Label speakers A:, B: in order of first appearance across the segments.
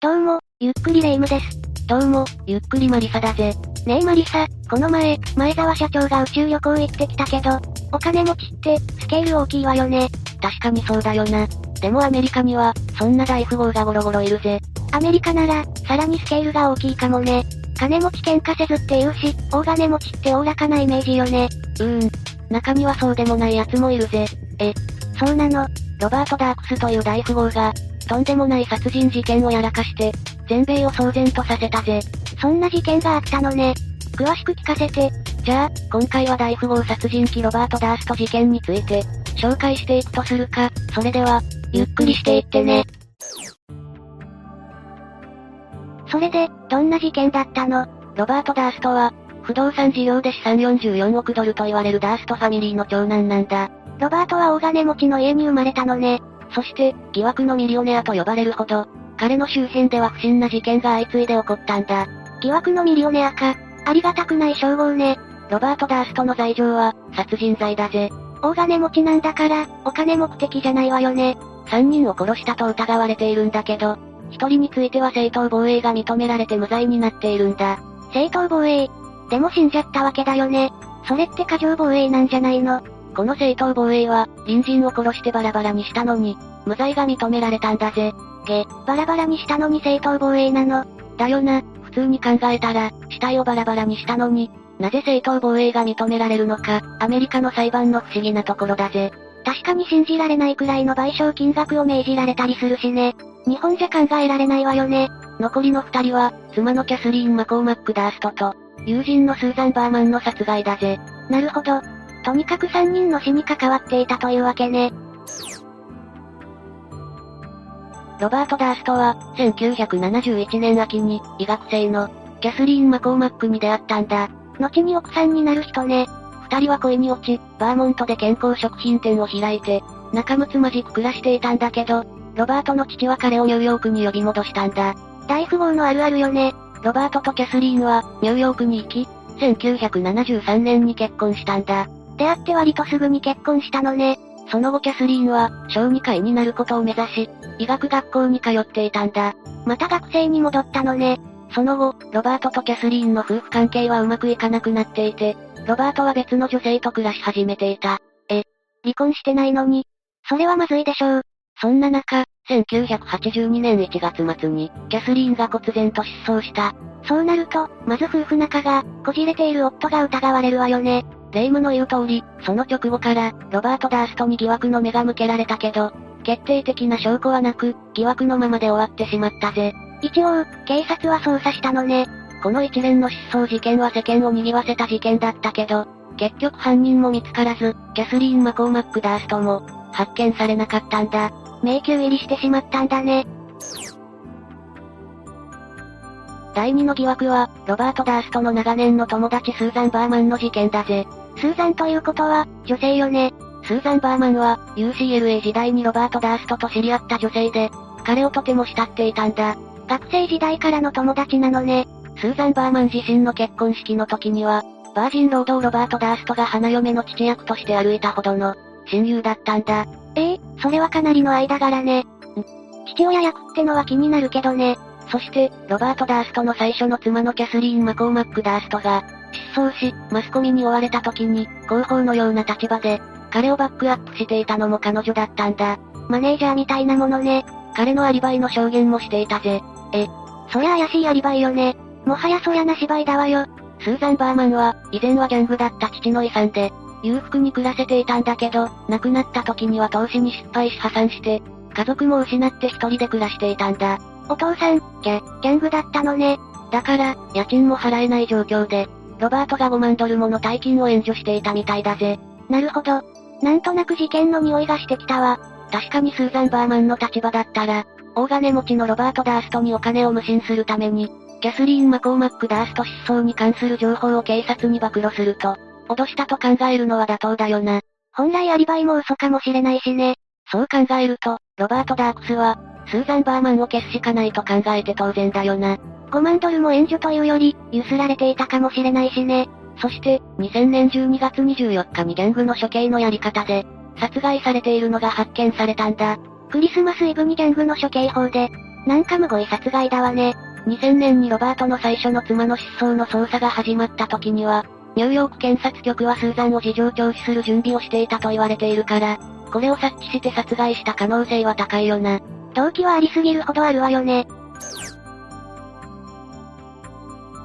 A: どうも、ゆっくりレ夢ムです。
B: どうも、ゆっくりマリサだぜ。
A: ねえマリサ、この前、前澤社長が宇宙旅行行ってきたけど、お金持ちって、スケール大きいわよね。
B: 確かにそうだよな。でもアメリカには、そんな大富豪がゴロゴロいるぜ。
A: アメリカなら、さらにスケールが大きいかもね。金持ち喧嘩せずって言うし、大金持ちっておおらかなイメージよね。
B: うーん。中にはそうでもない奴もいるぜ。え、
A: そうなの。
B: ロバート・ダークスという大富豪が、とんでもない殺人事件をやらかして、全米を騒然とさせたぜ。
A: そんな事件があったのね。詳しく聞かせて。
B: じゃあ、今回は大富豪殺人鬼ロバート・ダースト事件について、紹介していくとするか、それでは、ゆっくりしていってね。
A: それで、どんな事件だったの
B: ロバート・ダーストは、不動産事業で資産44億ドルと言われるダーストファミリーの長男なんだ。
A: ロバートは大金持ちの家に生まれたのね。
B: そして、疑惑のミリオネアと呼ばれるほど、彼の周辺では不審な事件が相次いで起こったんだ。
A: 疑惑のミリオネアか。ありがたくない称号ね。
B: ロバート・ダーストの罪状は、殺人罪だぜ。
A: 大金持ちなんだから、お金目的じゃないわよね。
B: 3人を殺したと疑われているんだけど、1人については正当防衛が認められて無罪になっているんだ。
A: 正当防衛。でも死んじゃったわけだよね。それって過剰防衛なんじゃないの
B: この正当防衛は、隣人を殺してバラバラにしたのに、無罪が認められたんだぜ。
A: バラバラにしたのに正当防衛なの。
B: だよな、普通に考えたら、死体をバラバラにしたのに、なぜ正当防衛が認められるのか、アメリカの裁判の不思議なところだぜ。
A: 確かに信じられないくらいの賠償金額を命じられたりするしね。日本じゃ考えられないわよね。
B: 残りの二人は、妻のキャスリーン・マコーマック・ダーストと、友人のスーザン・バーマンの殺害だぜ。
A: なるほど。とにかく3人の死に関わっていたというわけね。
B: ロバート・ダーストは、1971年秋に、医学生の、キャスリーン・マコーマックに出会ったんだ。
A: 後に奥さんになる人ね。
B: 二人は恋に落ち、バーモントで健康食品店を開いて、仲睦まじく暮らしていたんだけど、ロバートの父は彼をニューヨークに呼び戻したんだ。
A: 大富豪のあるあるよね。
B: ロバートとキャスリーンは、ニューヨークに行き、1973年に結婚したんだ。
A: 出会って割とすぐに結婚したのね。
B: その後キャスリーンは、小児科医になることを目指し、医学学校に通っていたんだ。
A: また学生に戻ったのね。
B: その後、ロバートとキャスリーンの夫婦関係はうまくいかなくなっていて、ロバートは別の女性と暮らし始めていた。
A: 離婚してないのに。それはまずいでしょう。
B: そんな中、1982年1月末に、キャスリーンが忽然と失踪した。
A: そうなると、まず夫婦仲が、こじれている夫が疑われるわよね。
B: レイムの言う通り、その直後から、ロバート・ダーストに疑惑の目が向けられたけど、決定的な証拠はなく、疑惑のままで終わってしまったぜ。
A: 一応、警察は捜査したのね。
B: この一連の失踪事件は世間を賑わせた事件だったけど、結局犯人も見つからず、キャスリーン・マコーマック・ダーストも、発見されなかったんだ。
A: 迷宮入りしてしまったんだね。
B: 第二の疑惑は、ロバート・ダーストの長年の友達スーザン・バーマンの事件だぜ。
A: スーザンということは、女性よね。
B: スーザン・バーマンは、UCLA 時代にロバート・ダーストと知り合った女性で、彼をとても慕っていたんだ。
A: 学生時代からの友達なのね。
B: スーザン・バーマン自身の結婚式の時には、バージンロードをロバート・ダーストが花嫁の父役として歩いたほどの、親友だったんだ。
A: ええそれはかなりの間柄ね。父親役ってのは気になるけどね。
B: そして、ロバート・ダーストの最初の妻のキャスリーン・マコーマック・ダーストが、失踪し、マスコミに追われた時に、広報のような立場で、彼をバックアップしていたのも彼女だったんだ。
A: マネージャーみたいなものね。
B: 彼のアリバイの証言もしていたぜ。
A: そりゃ怪しいアリバイよね。もはやそりゃな芝居だわよ。
B: スーザン・バーマンは、以前はギャングだった父の遺産で、裕福に暮らせていたんだけど、亡くなった時には投資に失敗し破産して、家族も失って一人で暮らしていたんだ。
A: お父さん、ギャ、ギャングだったのね。
B: だから、家賃も払えない状況で、ロバートが5万ドルもの大金を援助していたみたいだぜ。
A: なるほど。なんとなく事件の匂いがしてきたわ。
B: 確かにスーザン・バーマンの立場だったら、大金持ちのロバート・ダーストにお金を無心するために、キャスリーン・マコーマック・ダースト失踪に関する情報を警察に暴露すると、脅したと考えるのは妥当だよな。
A: 本来アリバイも嘘かもしれないしね。
B: そう考えると、ロバート・ダークスは、スーザン・バーマンを消すしかないと考えて当然だよな。
A: 5万ドルも援助というより、ゆすられていたかもしれないしね。
B: そして、2000年12月24日にギャングの処刑のやり方で、殺害されているのが発見されたんだ。
A: クリスマスイブにギャングの処刑法で、なんかむごい殺害だわね。
B: 2000年にロバートの最初の妻の失踪の捜査が始まった時には、ニューヨーク検察局はスーザンを事情聴取する準備をしていたと言われているから、これを察知して殺害した可能性は高いよな。
A: 動機はありすぎるほどあるわよね。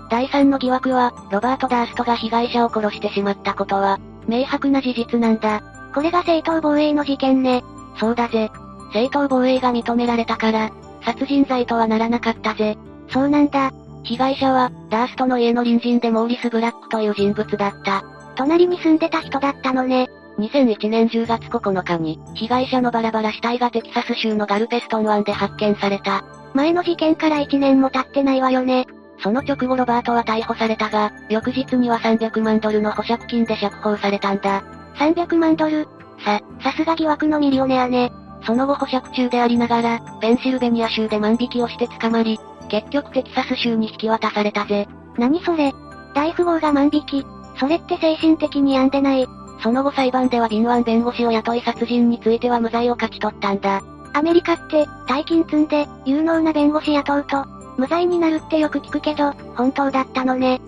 B: 第3の疑惑は、ロバート・ダーストが被害者を殺してしまったことは、明白な事実なんだ。
A: これが正当防衛の事件ね。
B: そうだぜ。正当防衛が認められたから、殺人罪とはならなかったぜ。
A: そうなんだ。
B: 被害者は、ダーストの家の隣人でモーリス・ブラックという人物だった。
A: 隣に住んでた人だったのね。
B: 2001年10月9日に、被害者のバラバラ死体がテキサス州のガルペストン湾で発見された。
A: 前の事件から1年も経ってないわよね。
B: その直後ロバートは逮捕されたが、翌日には300万ドルの保釈金で釈放されたんだ。
A: 300万ドルさ、さすが疑惑のミリオネアね。
B: その後保釈中でありながら、ペンシルベニア州で万引きをして捕まり、結局テキサス州に引き渡されたぜ。
A: 何それ大富豪が万引き。それって精神的に病んでない。
B: その後裁判では敏腕弁護士を雇い殺人については無罪を勝ち取ったんだ。
A: アメリカって、大金積んで、有能な弁護士雇うと、無罪になるってよく聞くけど、本当だったのね。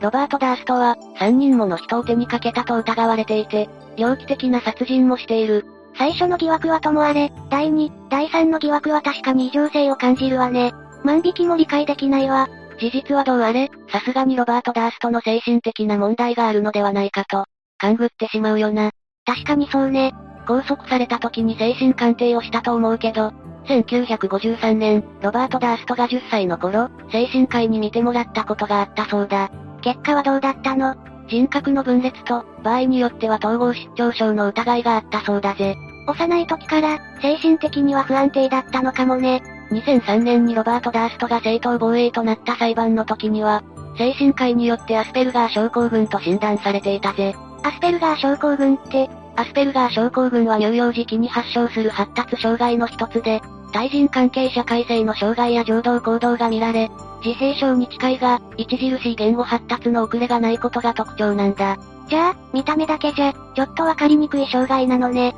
B: ロバート・ダーストは、3人もの人を手にかけたと疑われていて、猟奇的な殺人もしている。
A: 最初の疑惑はともあれ、第2、第3の疑惑は確かに異常性を感じるわね。万引きも理解できないわ。
B: 事実はどうあれ、さすがにロバート・ダーストの精神的な問題があるのではないかと、勘ぐってしまうよな。
A: 確かにそうね。
B: 拘束された時に精神鑑定をしたと思うけど、1953年、ロバート・ダーストが10歳の頃、精神科医に診てもらったことがあったそうだ。
A: 結果はどうだったの
B: 人格の分裂と、場合によっては統合失調症の疑いがあったそうだぜ。
A: 幼い時から、精神的には不安定だったのかもね。
B: 2003年にロバート・ダーストが正当防衛となった裁判の時には、精神科医によってアスペルガー症候群と診断されていたぜ。
A: アスペルガー症候群って、
B: アスペルガー症候群は乳幼児期に発症する発達障害の一つで、対人関係社会性の障害や情動行動が見られ、自閉症に近いが、著しい言語発達の遅れがないことが特徴なんだ。
A: じゃあ、見た目だけじゃ、ちょっとわかりにくい障害なのね。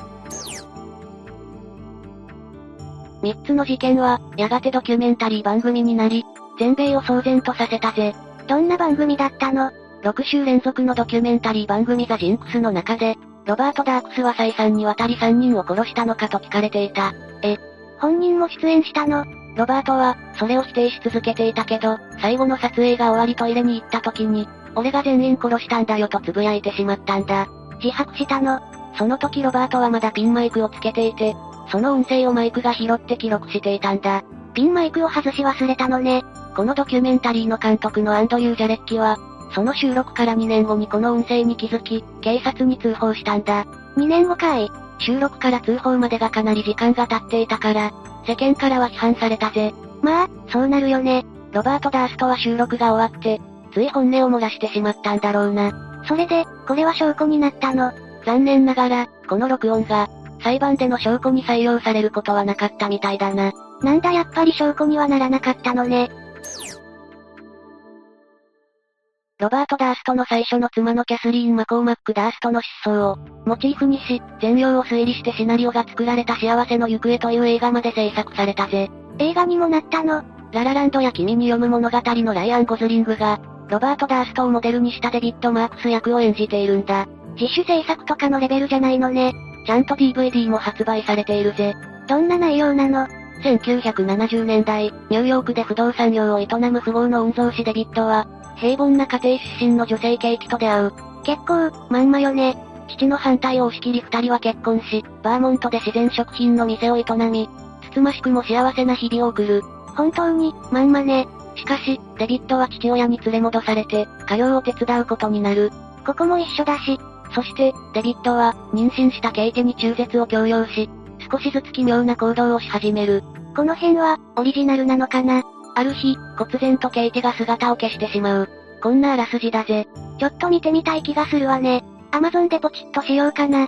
B: 3つの事件は、やがてドキュメンタリー番組になり、全米を騒然とさせたぜ。
A: どんな番組だったの
B: ?6 週連続のドキュメンタリー番組ザ・ジンクスの中で、ロバート・ダークスは再三にわたり3人を殺したのかと聞かれていた。
A: え、本人も出演したの
B: ロバートは、それを否定し続けていたけど、最後の撮影が終わりトイレに行った時に、俺が全員殺したんだよと呟いてしまったんだ。
A: 自白したの
B: その時ロバートはまだピンマイクをつけていて、その音声をマイクが拾って記録していたんだ。
A: ピンマイクを外し忘れたのね。
B: このドキュメンタリーの監督のアンドリュー・ジャレッキは、その収録から2年後にこの音声に気づき、警察に通報したんだ。
A: 2年後かい。
B: 収録から通報までがかなり時間が経っていたから、世間からは批判されたぜ。
A: まあ、そうなるよね。
B: ロバート・ダーストは収録が終わって、つい本音を漏らしてしまったんだろうな。
A: それで、これは証拠になったの。
B: 残念ながら、この録音が、裁判での証拠に採用されることはなかったみたいだな。
A: なんだやっぱり証拠にはならなかったのね。
B: ロバート・ダーストの最初の妻のキャスリーン・マコーマック・ダーストの失踪を、モチーフにし、全容を推理してシナリオが作られた幸せの行方という映画まで制作されたぜ。
A: 映画にもなったの
B: ララランドや君に読む物語のライアン・ゴズリングが、ロバート・ダーストをモデルにしたデビッド・マークス役を演じているんだ。
A: 自主制作とかのレベルじゃないのね。
B: ちゃんと DVD も発売されているぜ。
A: どんな内容なの
B: 1970年代、ニューヨークで不動産業を営む富豪の御曹司デビッドは、平凡な家庭出身の女性ケーキと出会う。
A: 結構、まんまよね。
B: 父の反対を押し切り二人は結婚し、バーモントで自然食品の店を営み、つつましくも幸せな日々を送る。
A: 本当に、まんまね。
B: しかし、デビッドは父親に連れ戻されて、家業を手伝うことになる。
A: ここも一緒だし。
B: そして、デビッドは、妊娠したケイテに中絶を強要し、少しずつ奇妙な行動をし始める。
A: この辺は、オリジナルなのかな
B: ある日、忽然とケイテが姿を消してしまう。こんなあらすじだぜ。
A: ちょっと見てみたい気がするわね。アマゾンでポチッとしようかな。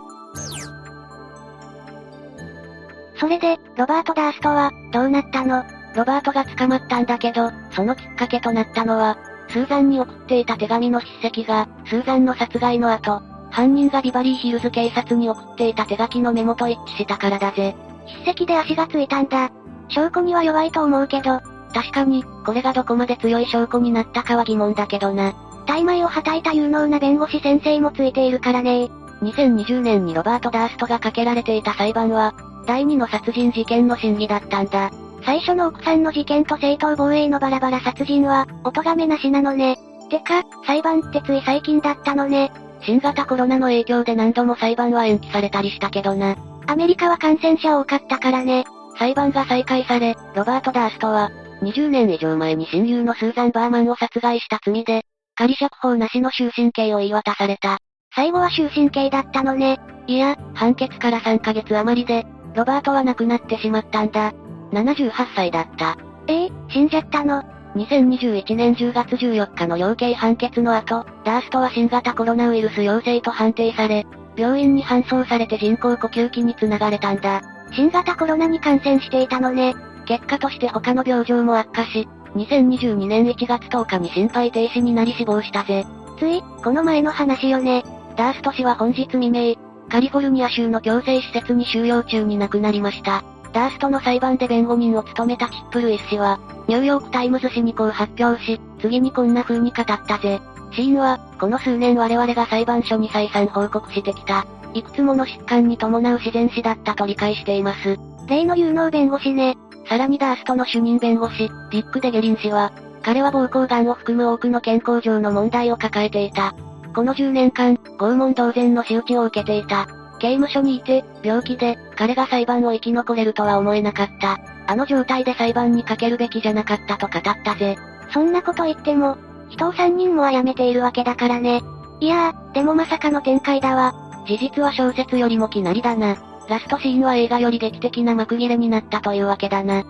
A: それで、ロバート・ダーストは、どうなったの
B: ロバートが捕まったんだけど、そのきっかけとなったのは、スーザンに送っていた手紙の筆跡が、スーザンの殺害の後、犯人がビバリーヒルズ警察に送っていた手書きのメモと一致したからだぜ。
A: 筆跡で足がついたんだ。証拠には弱いと思うけど、
B: 確かに、これがどこまで強い証拠になったかは疑問だけどな。
A: 大枚をはたいた有能な弁護士先生もついているからね
B: 2020年にロバート・ダーストがかけられていた裁判は、第2の殺人事件の審議だったんだ。
A: 最初の奥さんの事件と正当防衛のバラバラ殺人は、お咎めなしなのね。てか、裁判ってつい最近だったのね。
B: 新型コロナの影響で何度も裁判は延期されたりしたけどな。
A: アメリカは感染者多かったからね。
B: 裁判が再開され、ロバート・ダーストは、20年以上前に親友のスーザン・バーマンを殺害した罪で、仮釈放なしの終身刑を言い渡された。
A: 最後は終身刑だったのね。
B: いや、判決から3ヶ月余りで、ロバートは亡くなってしまったんだ。78歳だった。
A: ええ死んじゃったの。
B: 2021年10月14日の量刑判決の後、ダーストは新型コロナウイルス陽性と判定され、病院に搬送されて人工呼吸器につながれたんだ。
A: 新型コロナに感染していたのね。
B: 結果として他の病状も悪化し、2022年1月10日に心肺停止になり死亡したぜ。
A: つい、この前の話よね。
B: ダースト氏は本日未明、カリフォルニア州の強制施設に収容中に亡くなりました。ダーストの裁判で弁護人を務めたチップ・ルイス氏は、ニューヨーク・タイムズ紙にこう発表し、次にこんな風に語ったぜ。死因は、この数年我々が裁判所に再三報告してきた、いくつもの疾患に伴う自然死だったと理解しています。
A: 例の有能弁護士ね。
B: さらにダーストの主任弁護士、ディック・デゲリン氏は、彼は膀胱癌を含む多くの健康上の問題を抱えていた。この10年間、拷問同然の仕打ちを受けていた。刑務所にいて、病気で、彼が裁判を生き残れるとは思えなかった。あの状態で裁判にかけるべきじゃなかったと語ったぜ。
A: そんなこと言っても、人を3人も殺めているわけだからね。いやー、でもまさかの展開だわ。
B: 事実は小説よりもきなりだな。ラストシーンは映画より劇的な幕切れになったというわけだな。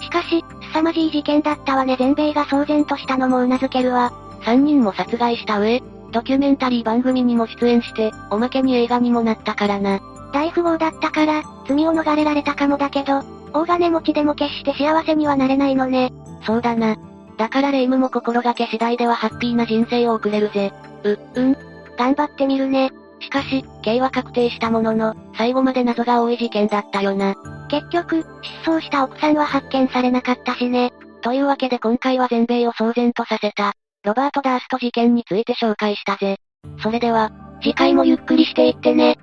A: しかし、凄まじい事件だったわね全米が騒然としたのも頷けるわ。
B: 3人も殺害した上、ドキュメンタリー番組にも出演して、おまけに映画にもなったからな。
A: 大富豪だったから、罪を逃れられたかもだけど、大金持ちでも決して幸せにはなれないのね。
B: そうだな。だからレイムも心がけ次第ではハッピーな人生を送れるぜ。う、うん。
A: 頑張ってみるね。
B: しかし、刑は確定したものの、最後まで謎が多い事件だったよな。
A: 結局、失踪した奥さんは発見されなかったしね。
B: というわけで今回は全米を騒然とさせた、ロバート・ダースト事件について紹介したぜ。それでは、
A: 次回もゆっくりしていってね。